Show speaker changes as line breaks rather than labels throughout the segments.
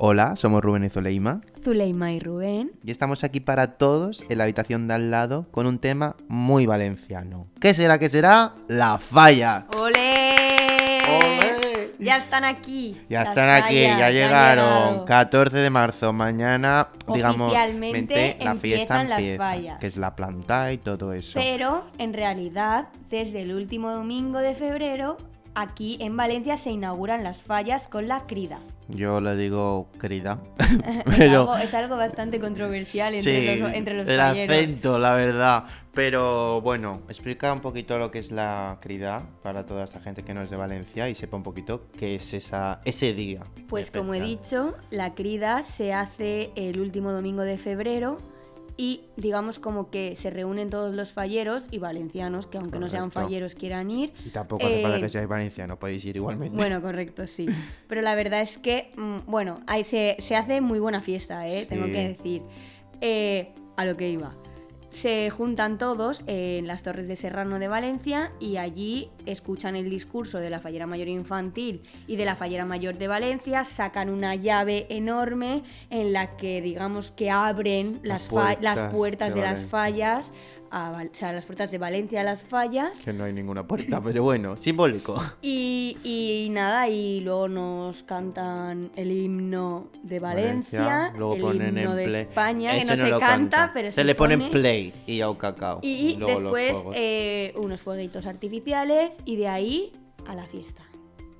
Hola, somos Rubén y Zoleima
Zuleima y Rubén.
y estamos aquí para todos en la habitación de al lado con un tema muy valenciano. ¿Qué será? ¿Qué será? La falla.
¡Olé!
¡Olé!
Ya están aquí.
Ya
Las
están aquí,
fallas,
ya
han
llegaron.
llegado.
14 de marzo, mañana, digamos,
Oficialmente
mente, la fiesta
empiezan las
empieza,
fallas.
que es la planta y todo eso.
Pero en realidad, desde el último domingo de febrero, aquí en Valencia se inauguran las fallas con la crida.
Yo le digo querida,
Es
pero
algo- es algo bastante controversial entre
sí,
los, entre los
el
falleros.
acento, la verdad. Pero bueno, explica un poquito lo que es la crida para toda esta gente que no es de Valencia y sepa un poquito qué es esa ese día.
Pues como he
especial.
dicho, la crida se hace el último domingo de febrero y digamos como que se reúnen todos los falleros y valencianos que aunque no sean
Correcto.
falleros quieran ir.
Y tampoco hace falta
eh,
que seáis valenciano, podéis ir igualmente.
Bueno, correcto, sí. Pero la verdad es que, mm, bueno, ahí se, se hace muy buena fiesta, ¿eh? Tengo
Sí.
que decir. Eh, a lo que iba. Se juntan todos en las Torres de Serrano de Valencia y allí escuchan el discurso de la fallera mayor infantil y de la fallera mayor de Valencia, sacan una llave enorme en la que digamos que abren
Las
las, fa- las
puertas
puertas
de
de, las
Valencia.
fallas, a Val- o sea, las puertas de Valencia a las fallas
Que no hay ninguna puerta, pero bueno, simbólico.
y, y nada, y luego nos cantan el himno de Valencia,
luego
el
ponen
himno
en
de
play.
España, que
Ese
no, se
lo
canta, pero se,
le ponen
pone.
play y au cacao.
Y
luego los
después
juegos.
eh, unos fueguitos artificiales y de ahí a la fiesta.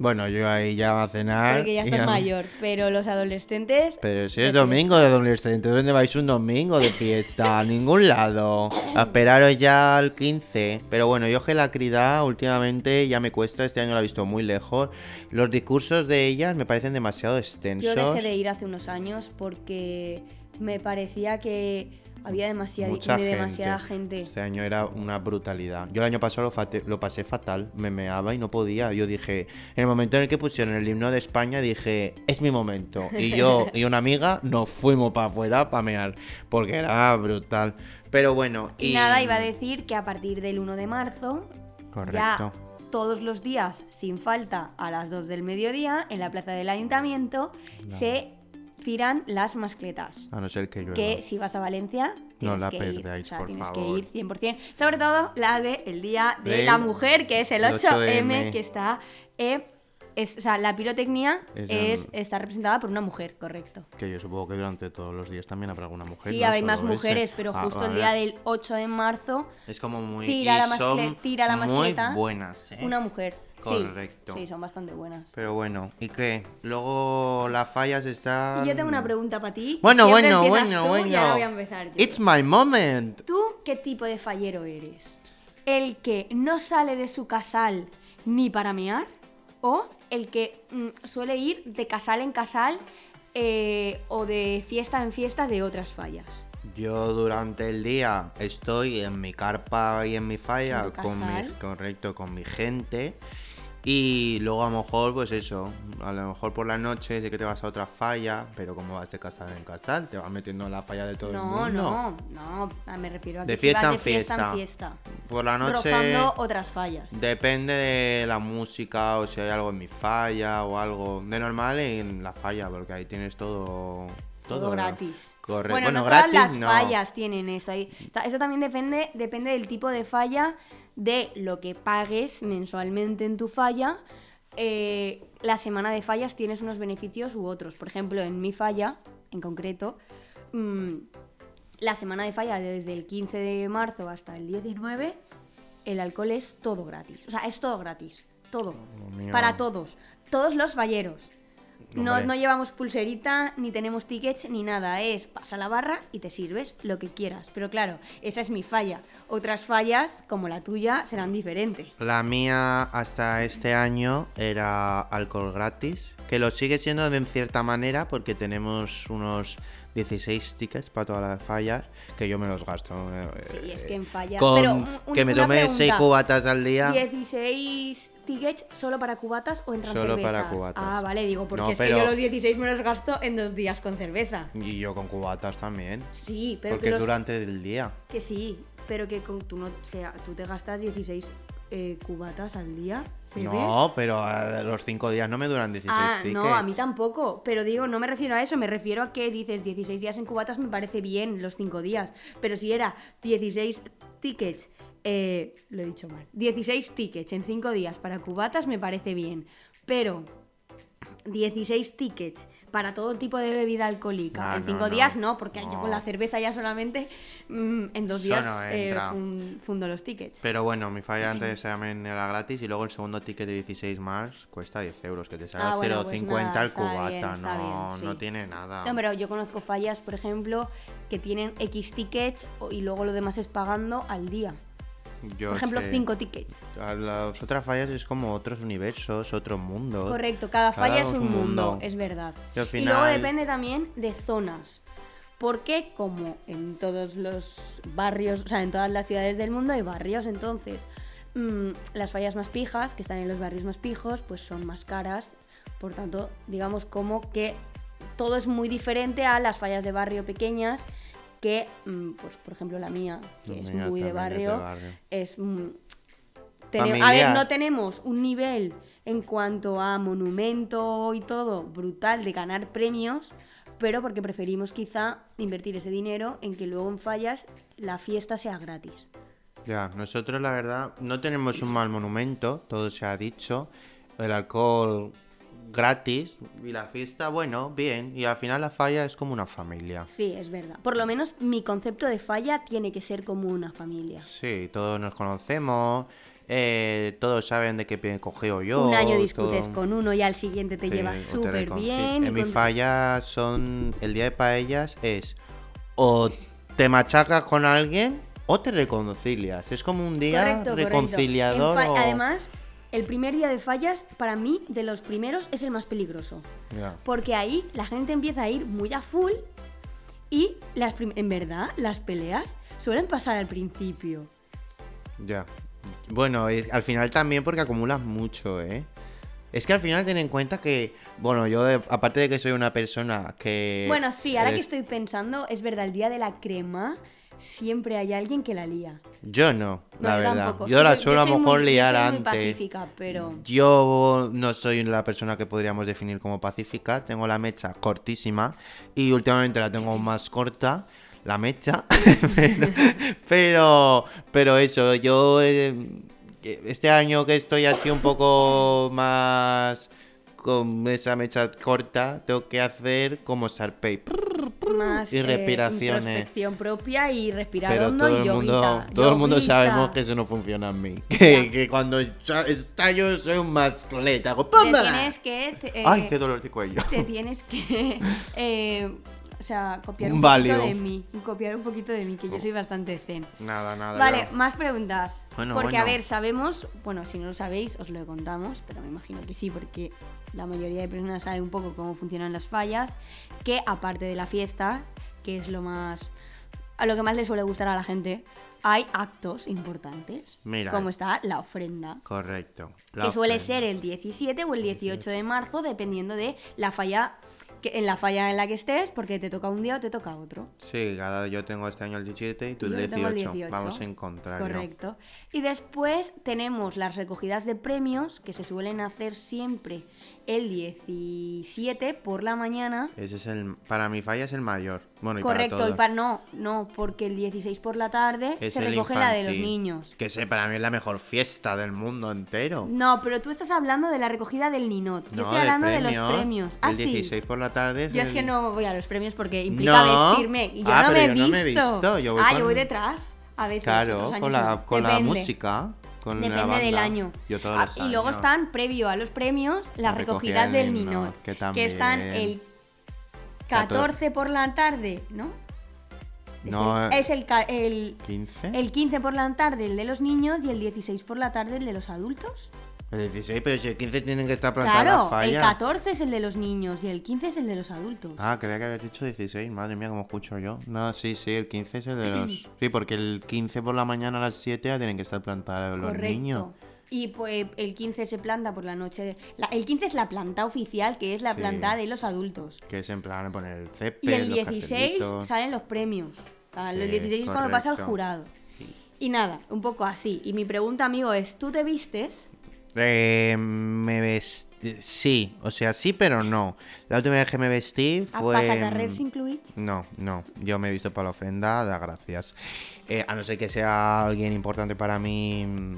Bueno, yo ahí ya a cenar.
Porque ya
Ah, y
estás
a-
mayor, pero los adolescentes...
Pero si es
Decir-
domingo de adolescente, ¿dónde vais un domingo de fiesta? A ningún lado. A esperaros ya al 15. Pero bueno, yo que la crida últimamente ya me cuesta, este año la he visto muy lejos. Los discursos de ellas me parecen demasiado
Yo
extensos.
dejé de ir hace unos años porque me parecía que había demasiada,
Mucha
demasiada gente.
Este año era una brutalidad. Yo el año pasado lo, fate- lo pasé fatal. Me meaba y no podía. Yo dije, en el momento en el que pusieron el himno de España, dije, es mi momento. Y yo y una amiga nos fuimos para afuera para mear. Porque era brutal. Pero bueno.
Y nada, iba a decir que a partir del 1 de marzo
Correcto.
Ya todos los días, sin falta, a las 2 del mediodía, en la plaza del ayuntamiento,
Claro. Ah,
se tiran las mascletas.
A no ser que yo.
Que si vas a Valencia, tienes
la
que ir.
perdáis,
O sea,
por
tienes
favor.
que ir 100%. Sobre todo la del día de
Del-
la mujer, que es el
el
8M,
8M.
que está. eh, es- o sea, la pirotecnia
Es
es-
en-
está representada por una mujer, correcto.
Que yo supongo que durante todos los días también habrá alguna mujer.
Sí,
¿no?
habrá más
Solo ese.
mujeres, pero
Ah,
justo el
vale.
día del 8 de marzo,
Es como muy.
Tira
y
la mascle-
son
tira la
muy
mascleta.
buenas, ¿eh?
una mujer. Sí,
Correcto.
sí, son bastante buenas.
Pero bueno, ¿y qué? Luego las fallas están.
Y yo tengo una pregunta para ti.
Ah. Bueno,
Siempre
bueno,
empiezas
bueno,
tú
bueno.
Y ahora voy a empezar yo.
It's my moment.
¿Tú qué tipo de fallero eres? ¿El que no sale de su casal ni para mear? ¿O el que mm, suele ir de casal en casal eh, o de fiesta en fiesta de otras fallas?
Yo durante el día estoy en mi carpa y en mi falla
En tu
con mi,
casal.
correcto, con mi gente. Y luego a lo mejor, pues eso, a lo mejor por la noche sé que te vas a otra falla, pero como vas de casal en casal, te vas metiendo en la falla de todo el
No,
mundo.
no, no, ah, me refiero a que
De
si
fiesta
vas
en
de fiesta en
fiesta.
fiesta.
Por la noche.
Rozando otras fallas.
Depende de la música o si hay algo en mi falla o algo. De normal en la falla, porque ahí tienes todo.
Todo,
¿no?
gratis.
Correcto.
Bueno, no
gratis
todas las
no.
fallas tienen eso. ahí. Ta- Eso también depende, depende del tipo de falla, de lo que pagues mensualmente en tu falla. Eh, la semana de fallas tienes unos beneficios u otros. Por ejemplo, en mi falla, en concreto, mm, la semana de falla desde el 15 de marzo hasta el 19, el alcohol es todo gratis. O sea, es todo gratis. Todo.
Madre mía.
Para todos. Todos los falleros. No,
Hombre.
no llevamos pulserita, ni tenemos tickets, ni nada. Es pasa la barra y te sirves lo que quieras. Pero claro, esa es mi falla. Otras fallas, como la tuya, serán diferentes.
La mía hasta este año era alcohol gratis, que lo sigue siendo de en cierta manera porque tenemos unos 16 tickets para todas las fallas que yo me los gasto. eh,
Sí, es que en falla.
con
Pero un- un-
que me
una
tome 6
pregunta.
cubatas al día.
16 tickets solo para cubatas o en
Solo para cubatas.
Ah, vale, digo, porque
No,
es
pero-
que yo los 16 me los gasto en dos días con cerveza.
Y yo con cubatas también.
Sí, pero
porque
que
es
los
durante el día.
Que sí, pero que con, tú, no, o sea, tú te gastas 16 eh, cubatas al día ¿Bebés?
No, pero a los cinco días no me duran 16
Ah,
tickets.
no, a mí tampoco. Pero digo, no me refiero a eso, me refiero a que dices 16 días en cubatas me parece bien los 5 días. Pero si era 16 tickets, eh, lo he dicho mal, 16 tickets en 5 días para cubatas me parece bien. Pero 16 tickets para todo tipo de bebida alcohólica
Ah, No,
en
no,
5
no.
días no, porque yo
No.
con la cerveza ya solamente mm, en 2
Eso
días
no
eh,
entra.
fun- fundo los tickets.
Pero bueno, mi falla antes de examen era gratis y luego el segundo ticket de 16 más cuesta 10 euros, que te sale
Ah,
a
bueno, pues
0,50
nada,
el
está
cubata.
bien, está
no,
bien, sí.
no tiene nada.
No, pero yo conozco fallas, por ejemplo, que tienen X tickets o- y luego lo demás es pagando al día.
Yo
por ejemplo,
sé.
5 tickets.
A las otras fallas es como otros universos, otro mundo.
Correcto, cada falla es un mundo, es verdad.
Y al
Y luego
final-
depende también de zonas. Porque como en todos los barrios, o sea, en todas las ciudades del mundo hay barrios, entonces mm, las fallas más pijas, que están en los barrios más pijos, pues son más caras. Por tanto, digamos como que todo es muy diferente a las fallas de barrio pequeñas, que, mm, pues por ejemplo la mía, que
La
es
mía
muy
también
de
es de
barrio,
barrio.
es mm, Tene- a ver,
Familiar.
no tenemos un nivel en cuanto a monumento y todo brutal de ganar premios, pero porque preferimos quizá invertir ese dinero en que luego en fallas la fiesta sea gratis.
Ya, nosotros la verdad no tenemos un mal monumento, todo se ha dicho. El alcohol gratis y la fiesta, bueno, bien. Y al final la falla es como una familia.
Sí, es verdad. Por lo menos mi concepto de falla tiene que ser como una familia.
Sí, todos nos conocemos, eh, todos saben de qué pie cogeo yo.
un año discutes
todo.
con uno y al siguiente te
Sí,
llevas
o te
súper
reconcil-
bien. y
En mi
con-
falla son. El día de paellas es. O te machacas con alguien o te reconcilias. Es como un día
Correcto, correcto.
reconciliador.
En fa-
o-
Además, el primer día de fallas, para mí, de los primeros, es el más peligroso.
Ya.
Porque ahí la gente empieza a ir muy a full y las prim- en verdad las peleas suelen pasar al principio.
Ya. Bueno, es- al final también porque acumulas mucho, ¿eh? Es que al final ten en cuenta que, bueno, yo de- aparte de que soy una persona que...
bueno, sí, ahora que
es-
estoy pensando, es verdad, el día de la crema siempre hay alguien que la lía.
Yo no,
No,
la
yo
verdad.
tampoco. Es
Yo
que
la suelo a
soy
lo mejor
muy- yo
liar
soy muy
antes.
pacífica, pero...
Yo no soy la persona que podríamos definir como pacífica. Tengo la mecha cortísima y últimamente la tengo más corta, la mecha. pero, pero, pero eso, yo eh, este año que estoy así un poco más con esa mecha corta, tengo que hacer como Sarpey.
Más
Y
eh,
Mm, respiraciones.
introspección propia y respirar
Pero
hondo
todo
y
el,
yoguita,
mundo, todo el mundo
yoguita.
sabemos que eso no funciona en mí.
Ya.
Que, que cuando ya está yo soy un mascleta. Hago
Te
¡pamba!
tienes que... te- eh,
Ay, qué dolor de cuello.
te tienes que eh, o sea, copiar un
Válido. Oh.
poquito de mí, copiar un poquito de mí, que yo soy bastante zen.
Nada, nada.
Vale,
ya.
más preguntas.
Bueno,
porque a
bueno.
ver, sabemos, bueno, si no lo sabéis, os lo contamos, pero me imagino que sí, porque la mayoría de personas sabe un poco cómo funcionan las fallas, que aparte de la fiesta, que es lo más a lo que más le suele gustar a la gente, hay actos importantes,
Mira. eh.
como está la ofrenda
Correcto. La
que suele
ofrenda.
ser el 17 o el 18 de marzo, dependiendo de la falla que, en la falla en la que estés, porque te toca un día o te toca otro.
Sí, cada, yo tengo este año el 17 y tú
Y
el
yo
18.
tengo el
Vamos a encontrar.
Correcto. Y después tenemos las recogidas de premios que se suelen hacer siempre el 17 por la mañana.
Ese es el. Para mi falla es el mayor. Bueno, y
Correcto,
para
y para no, no, porque el 16 por la tarde
todos. Es
se
el
recoge la de los
infantil.
niños.
Que sé, para mí es la mejor fiesta del mundo entero.
No, pero tú estás hablando de la recogida del Ninot. Yo
No,
estoy hablando de, los premios. Ah,
el
sí.
16 por la tarde.
Yo es
el-
que no voy a los premios porque implica
No.
vestirme. Y yo
Ah,
no,
pero
me
yo no me
he
he
visto.
visto, yo voy
ah,
con-
yo voy detrás. A veces.
Claro,
otros años
con
no.
la, con la
Depende.
música. Con la
Depende
banda.
del año.
Yo todos
Ah,
los
y luego
años.
están, previo a los premios, las
La recogida
recogidas
del
del Ninot.
Ninot, que
están
también.
el 14 por la tarde, ¿no? Es
No, eh.
el- es el, ca- el,
15.
el 15 por la tarde el de los niños y el 16 por la tarde el de los adultos.
El 16, pero si el 15 tienen que estar plantadas las
Claro,
fallas.
el 14 es el de los niños y el 15 es el de los adultos.
Ah, creía que habías dicho 16, madre mía, cómo escucho yo. No, sí, sí, el 15 es el de los... Sí, porque el 15 por la mañana a las 7 ya tienen que estar plantados los
Correcto.
niños.
Y pues el 15 se planta por la noche. de- la- el 15 es la planta oficial, que es la
Sí.
planta de los adultos.
Que es en plan poner el césped,
Y el
los
16
cartelitos.
salen los premios. A los
Sí,
16 es cuando pasa el
correcto.
jurado. Y nada, un poco así. Y mi pregunta, amigo, es, ¿tú te vistes?
Eh, me vestí. Sí, o sea, sí, pero no. La última vez que me vestí
Ah, A
fue.
passacarrers
mm,
incluïts.
No, no. Yo me he visto para la ofenda, da gracias. Eh, a no ser que sea alguien importante para mí, mm,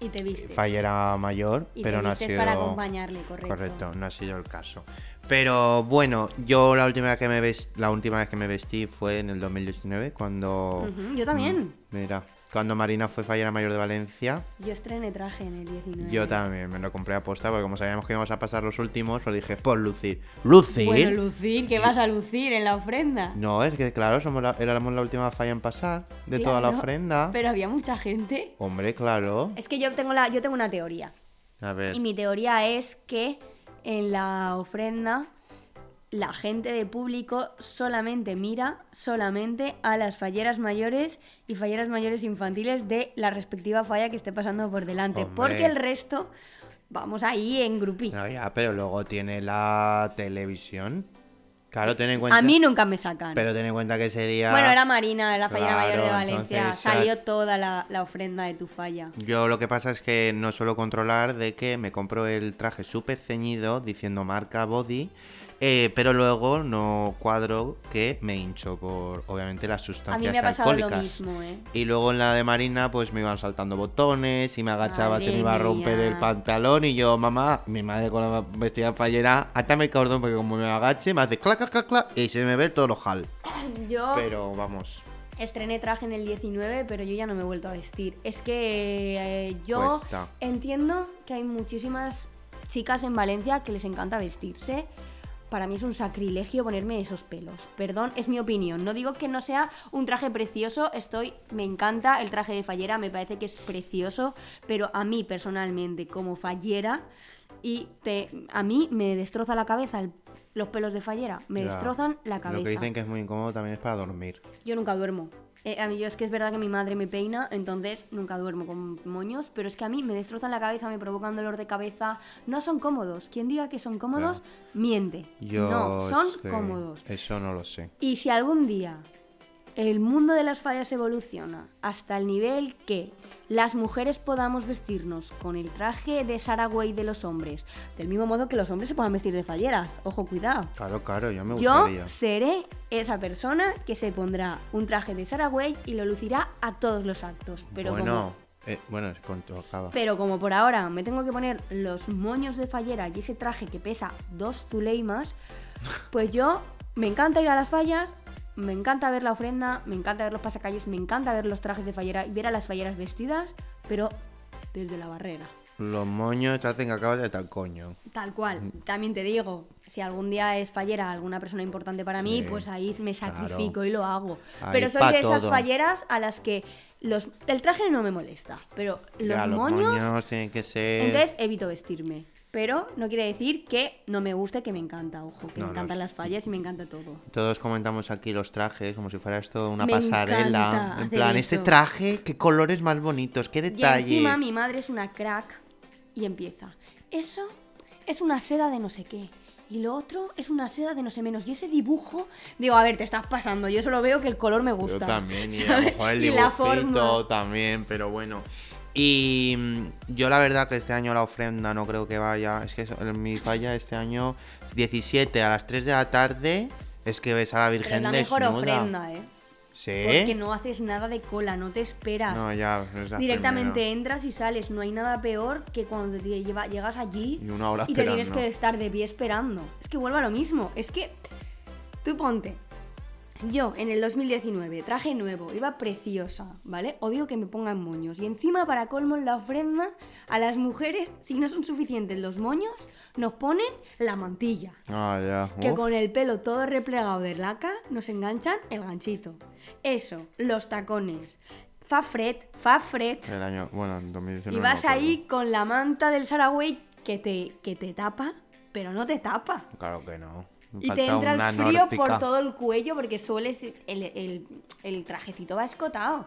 Y te vistes.
fallera mayor,
Y te
pero no ha
vistes
sido.
para acompañarle, correcto.
no ha sido el caso. Pero bueno, yo la última vez que me vestí, la última vez que me vestí fue en el 2019 cuando
Ujú, yo también.
Mm, Mira, cuando Marina fue fallera mayor de Valencia,
Yo estrené traje en el 19.
yo también me lo compré a posta porque como sabíamos que íbamos a pasar los últimos, pues dije, por lucir. ¿Lucir?
Bueno, lucir, ¿qué vas a lucir en la ofrenda?
No, es que claro, somos la, éramos la última falla en pasar de toda la
Claro,
ofrenda.
Pero había mucha gente.
Hombre, claro.
Es que yo tengo, la, yo tengo una teoría.
A ver.
Y mi teoría es que en la ofrenda la gente de público solamente mira solamente a las falleras mayores y falleras mayores infantiles de la respectiva falla que esté pasando por delante.
Hombre.
Porque el resto vamos ahí en grupí.
No, ya, pero luego tiene la televisión. Claro, ten en cuenta.
A mí nunca me sacan.
Pero ten en cuenta que ese día.
Bueno, era Marina, la fallera
Claro,
mayor de Valencia.
entonces,
Salió
exacto.
toda la, la ofrenda de tu falla.
Yo lo que pasa es que no suelo controlar de que me compro el traje súper ceñido diciendo marca body, eh, pero luego no cuadro que me hincho por obviamente las
A mí
sustancias
me ha pasado
alcohólicas.
lo mismo, ¿eh?
Y luego en la de Marina pues me iban saltando botones y me agachaba, se
Madre
me iba a romper
mía.
el pantalón y yo, mamá, mi madre con la vestida fallera, atame el cordón porque como me agache me hace clac, clac, clac, clac y se me ve todo lo jal.
Yo
Pero vamos,
estrené traje en el 19, pero yo ya no me he vuelto a vestir. Es que eh, yo
Cuesta.
entiendo que hay muchísimas chicas en Valencia que les encanta vestirse. Para mí es un sacrilegio ponerme esos pelos. Perdón, es mi opinión. No digo que no sea un traje precioso. Estoy, me encanta el traje de fallera, me parece que es precioso, pero a mí personalmente como fallera y te, a mí me destroza la cabeza el- los pelos de fallera, me
ya.
destrozan la cabeza.
Lo que dicen que es muy incómodo también es para dormir.
Yo nunca duermo. Eh, a mí yo es que es verdad que mi madre me peina, entonces nunca duermo con moños, pero es que a mí me destrozan la cabeza, me provocan dolor de cabeza. No son cómodos. Quien diga que son cómodos, miente.
Yo
no, son
es que
cómodos.
Eso no lo sé.
Y si algún día el mundo de las fallas evoluciona hasta el nivel que las mujeres podamos vestirnos con el traje de Saragüey de los hombres, del mismo modo que los hombres se puedan vestir de falleras, ojo, cuidado.
Claro, claro, yo me
Yo
gustaría.
seré esa persona que se pondrá un traje de Sarah Way y lo lucirá a todos los actos. Pero,
bueno,
como,
eh, bueno, es con tu acaba.
pero como por ahora me tengo que poner los moños de fallera y ese traje que pesa dos tuleimas, pues yo me encanta ir a las fallas, me encanta ver la ofrenda, me encanta ver los pasacalles, me encanta ver los trajes de fallera y ver a las falleras vestidas, pero desde la barrera.
Los moños te hacen que acabas de tal coño.
Tal cual,
Mm.
también te digo, si algún día es fallera alguna persona importante para mí,
Sí,
pues ahí me sacrifico
claro.
y lo hago.
Ahí
pero soy
pa'
de esas
todo.
falleras a las que los el traje no me molesta, pero los,
Ya, los
moños,
tienen que ser.
entonces evito vestirme. Pero no quiere decir que no me guste, que me encanta, ojo,
No,
que me
no,
encantan
es-
las fallas y me encanta todo.
Todos comentamos aquí los trajes, como si fuera esto una
Me encanta
pasarela. En
hacer
plan, este
eso.
traje, qué colores más bonitos, qué
Y
detalle.
encima mi madre es una crack y empieza. Eso es una seda de no sé qué. Y lo otro es una seda de no sé menos. Y ese dibujo, digo, a ver, te estás pasando. Yo solo veo que el color me gusta.
Yo también, y a lo
¿sabes?
mejor el
Y la
dibujito
forma.
también, pero bueno. Y mm, yo la verdad que este año la ofrenda no creo que vaya. Es que eso- mi falla este año 17 a las 3 de la tarde es que ves a la Virgen
Pero es la mejor
desnuda.
ofrenda, ¿eh? Porque
Sí.
no haces nada de cola, no te esperas.
No, ya, es la
Directamente
primera.
entras y sales. No hay nada peor que cuando te lleva- llegas allí
Y una hora
y te tienes que
esperando.
estar de pie esperando. Es que vuelvo a lo mismo. Es que tú ponte. Yo en el 2019 traje nuevo, iba preciosa, ¿vale? Odio que me pongan moños. Y encima, para colmo, en la ofrenda a las mujeres, si no son suficientes los moños, nos ponen la mantilla.
Ah, ya.
Que
uf.
con el pelo todo replegado de laca nos enganchan el ganchito. Eso, los tacones. Fafret, fafret.
El año, bueno, en 2019.
Y
no
vas
creo.
ahí con la manta del Saragüey que te, que te tapa, pero no te tapa.
Claro que no.
Y te
Falta
entra
una
el frío
nórdica.
por todo el cuello porque sueles. El, el- el trajecito va escotado.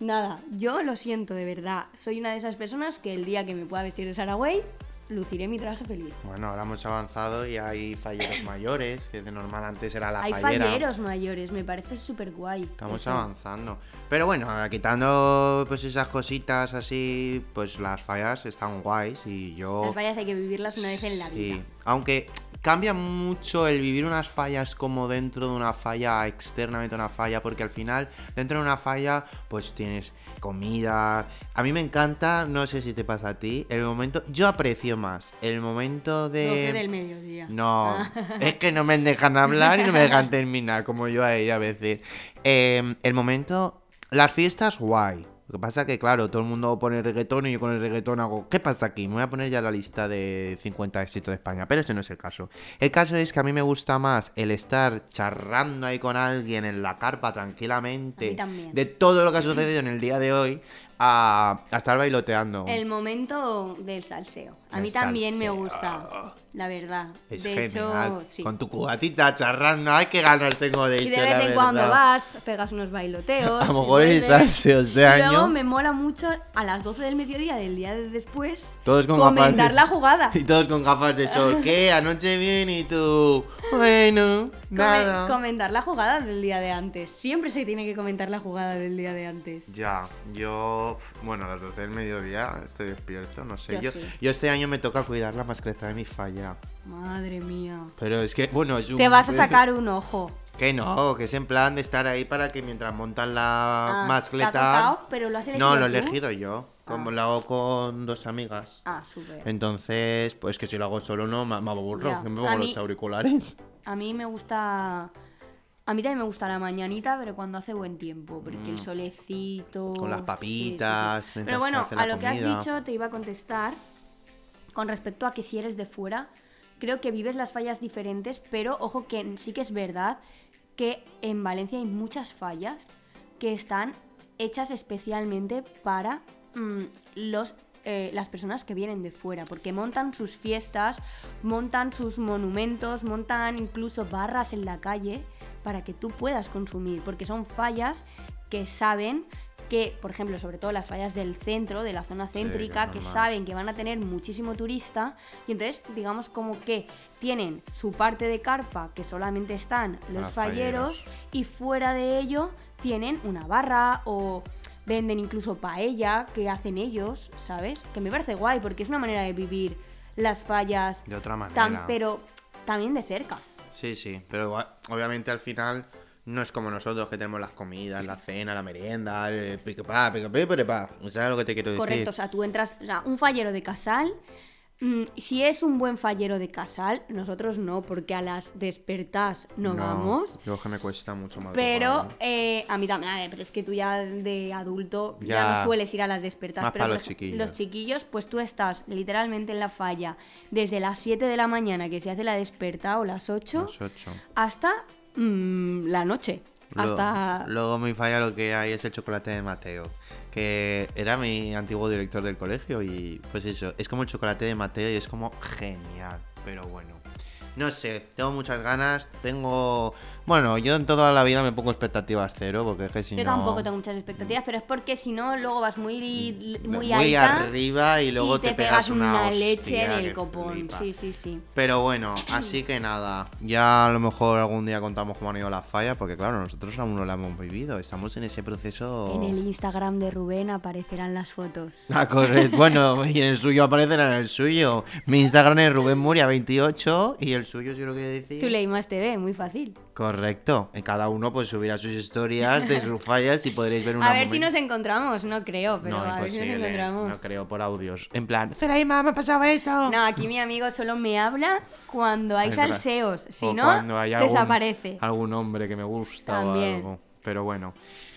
Nada, yo lo siento de verdad. Soy una de esas personas que el día que me pueda vestir de Saragüey, luciré mi traje feliz.
Bueno, ahora hemos avanzado y hay falleros mayores, que de normal antes era la
Hay
fallera.
falleros mayores, me parece súper guay.
Estamos avanzando. Pero bueno, quitando pues esas cositas así, pues las fallas están guays y yo...
Las fallas hay que vivirlas una vez en la
Sí, Eh,
vida.
aunque cambia mucho el vivir unas fallas como dentro de una falla, externamente una falla, porque al final dentro de una falla pues tienes comida. A mí me encanta, no sé si te pasa a ti, el momento, yo aprecio más el momento
No, que del
de...
mediodía.
No,
Ah.
es que no me dejan hablar y no me dejan terminar, como yo a ella a veces. Eh, el momento, las fiestas, guay. Lo que pasa que, claro, todo el mundo pone reggaetón y yo con el reggaetón hago, ¿qué pasa aquí? Me voy a poner ya la lista de 50 éxitos de España, pero ese no es el caso. El caso es que a mí me gusta más el estar charrando ahí con alguien en la carpa tranquilamente
A mí también.
de todo lo que ha sucedido en el día de hoy a, a estar bailoteando.
El momento del salseo. A
Oh. El
mí también
salseo.
me gusta, la verdad.
Es
de
genial.
hecho, sí.
Con tu cubatita charrando, ay, qué ganas tengo de
Y
irse,
de vez
la
en cuando
verdad.
vas, pegas unos bailoteos.
A lo
y
mejor el
vuelves.
salseos de
Y
año.
Luego me mola mucho a las 12 del mediodía del día de después
Todos con gafas.
comentar la jugada.
Y todos con gafas de sol. ¿Qué? Anoche bien y tú. Bueno,
Come-
nada.
Comentar la jugada del día de antes. Siempre se tiene que comentar la jugada del día de antes.
Ya, yo. Bueno, a las 12 del mediodía estoy despierto, no sé.
Yo
Yo,
sí.
yo este año me toca cuidar la mascleta de mi falla.
Madre mía.
Pero es que, bueno, es un.
Te vas a sacar un ojo.
Que no, que es en plan de estar ahí para que mientras montan
Ah,
la
¿te ha
mascleta.
tocado? ¿Pero lo has elegido
No, lo he
tú?
elegido yo. Como
Ah.
lo hago con dos amigas.
Ah, súper.
Entonces, pues que si lo hago solo no, me, me aburro.
Ya.
Que me pongo
A mí-
los auriculares.
A mí me gusta. A mí también me gusta la mañanita, pero cuando hace buen tiempo, porque el solecito.
Mm. Con las
sí, sí, sí.
papitas, mientras
Pero bueno,
se hace la
a lo que has
comida.
dicho te iba a contestar con respecto a que si eres de fuera, creo que vives las fallas diferentes, pero ojo que sí que es verdad que en Valencia hay muchas fallas que están hechas especialmente para mm, los, eh, las personas que vienen de fuera, porque montan sus fiestas, montan sus monumentos, montan incluso barras en la calle para que tú puedas consumir, porque son fallas que saben que, por ejemplo, sobre todo las fallas del centro, de la zona
que es
céntrica, que
normal.
saben saben que van a tener muchísimo turista y entonces digamos como que tienen su parte de carpa que solamente están los
Los
falleros, y fuera de ello tienen una barra o venden incluso paella que hacen ellos, ¿sabes? Que me parece guay porque es una manera de vivir las fallas
De otra manera.
tan pero también de cerca.
Sí, sí. Pero igual- obviamente al final no es como nosotros que tenemos las comidas, la cena, la merienda, el pique pa, pique pi, pere, pa. ¿Sabes lo que te quiero decir?
Correcto, o sea, tú entras, o sea, un fallero de casal, mm, si es un buen fallero de casal, nosotros no, porque a las despertás no vamos.
Yo es que me cuesta mucho más.
Pero eh, a mí también, a ver, pero es que tú ya de adulto ya,
Ya.
no sueles ir a las despertas.
Más
pero
pa'
por
los
ej-
chiquillos.
Los chiquillos, pues tú estás literalmente en la falla desde las 7 de la mañana que se hace la desperta o las 8
Las ocho.
hasta mm, la noche. Hasta...
Luego, luego mi falla lo que hay es el chocolate de Mateo, que era mi antiguo director del colegio y pues eso, es como el chocolate de Mateo y es como genial, pero bueno. No sé, tengo muchas ganas, tengo... Bueno, yo en toda la vida me pongo expectativas cero, porque es que si
Yo
no...
tampoco tengo muchas expectativas, pero es porque si no, luego vas muy, muy, alta
arriba Mm, y luego
y te, pegas una, leche en el copón. Sí, sí, sí.
Pero bueno, así que nada, ya a lo mejor algún día contamos cómo han ido las fallas, porque claro, nosotros aún no la hemos vivido, estamos en ese proceso...
En el Instagram de Rubén aparecerán las fotos.
Ah, correcto. Bueno, y en el suyo aparecerá en el suyo. Mi Instagram es Rubén Muria28 y el suyo, si lo quiere decir.
Zuleimas TV, muy fácil.
Correcto. En cada uno pues subirá sus historias de sus fallas y podréis ver una
A ver si
momen-
nos encontramos, no creo, pero
No,
a ver si nos
imposible.
encontramos.
No creo, por audios. En plan, Zoraima, me ha pasado esto.
No, aquí mi amigo solo me habla cuando hay
Es verdad.
salseos, si
O
no,
cuando hay algún-
desaparece.
Algún hombre que me gusta
También.
o algo. Pero bueno.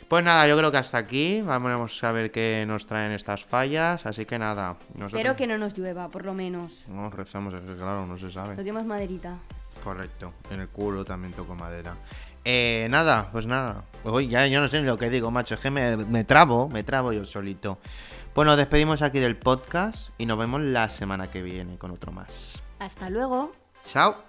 Pues nada, yo creo que hasta aquí. Vamos a ver qué nos traen estas fallas. Así que nada. Nosotros...
Espero que no nos llueva, por lo menos.
No, rezamos, es que claro, no se sabe.
Toquemos maderita.
Correcto, en el culo también toco madera. Eh, nada, pues nada. Uy, ya yo no sé ni lo que digo, macho. Es que me, me trabo, me trabo yo solito. Pues nos despedimos aquí del podcast y nos vemos la semana que viene con otro más.
Hasta luego.
Chao.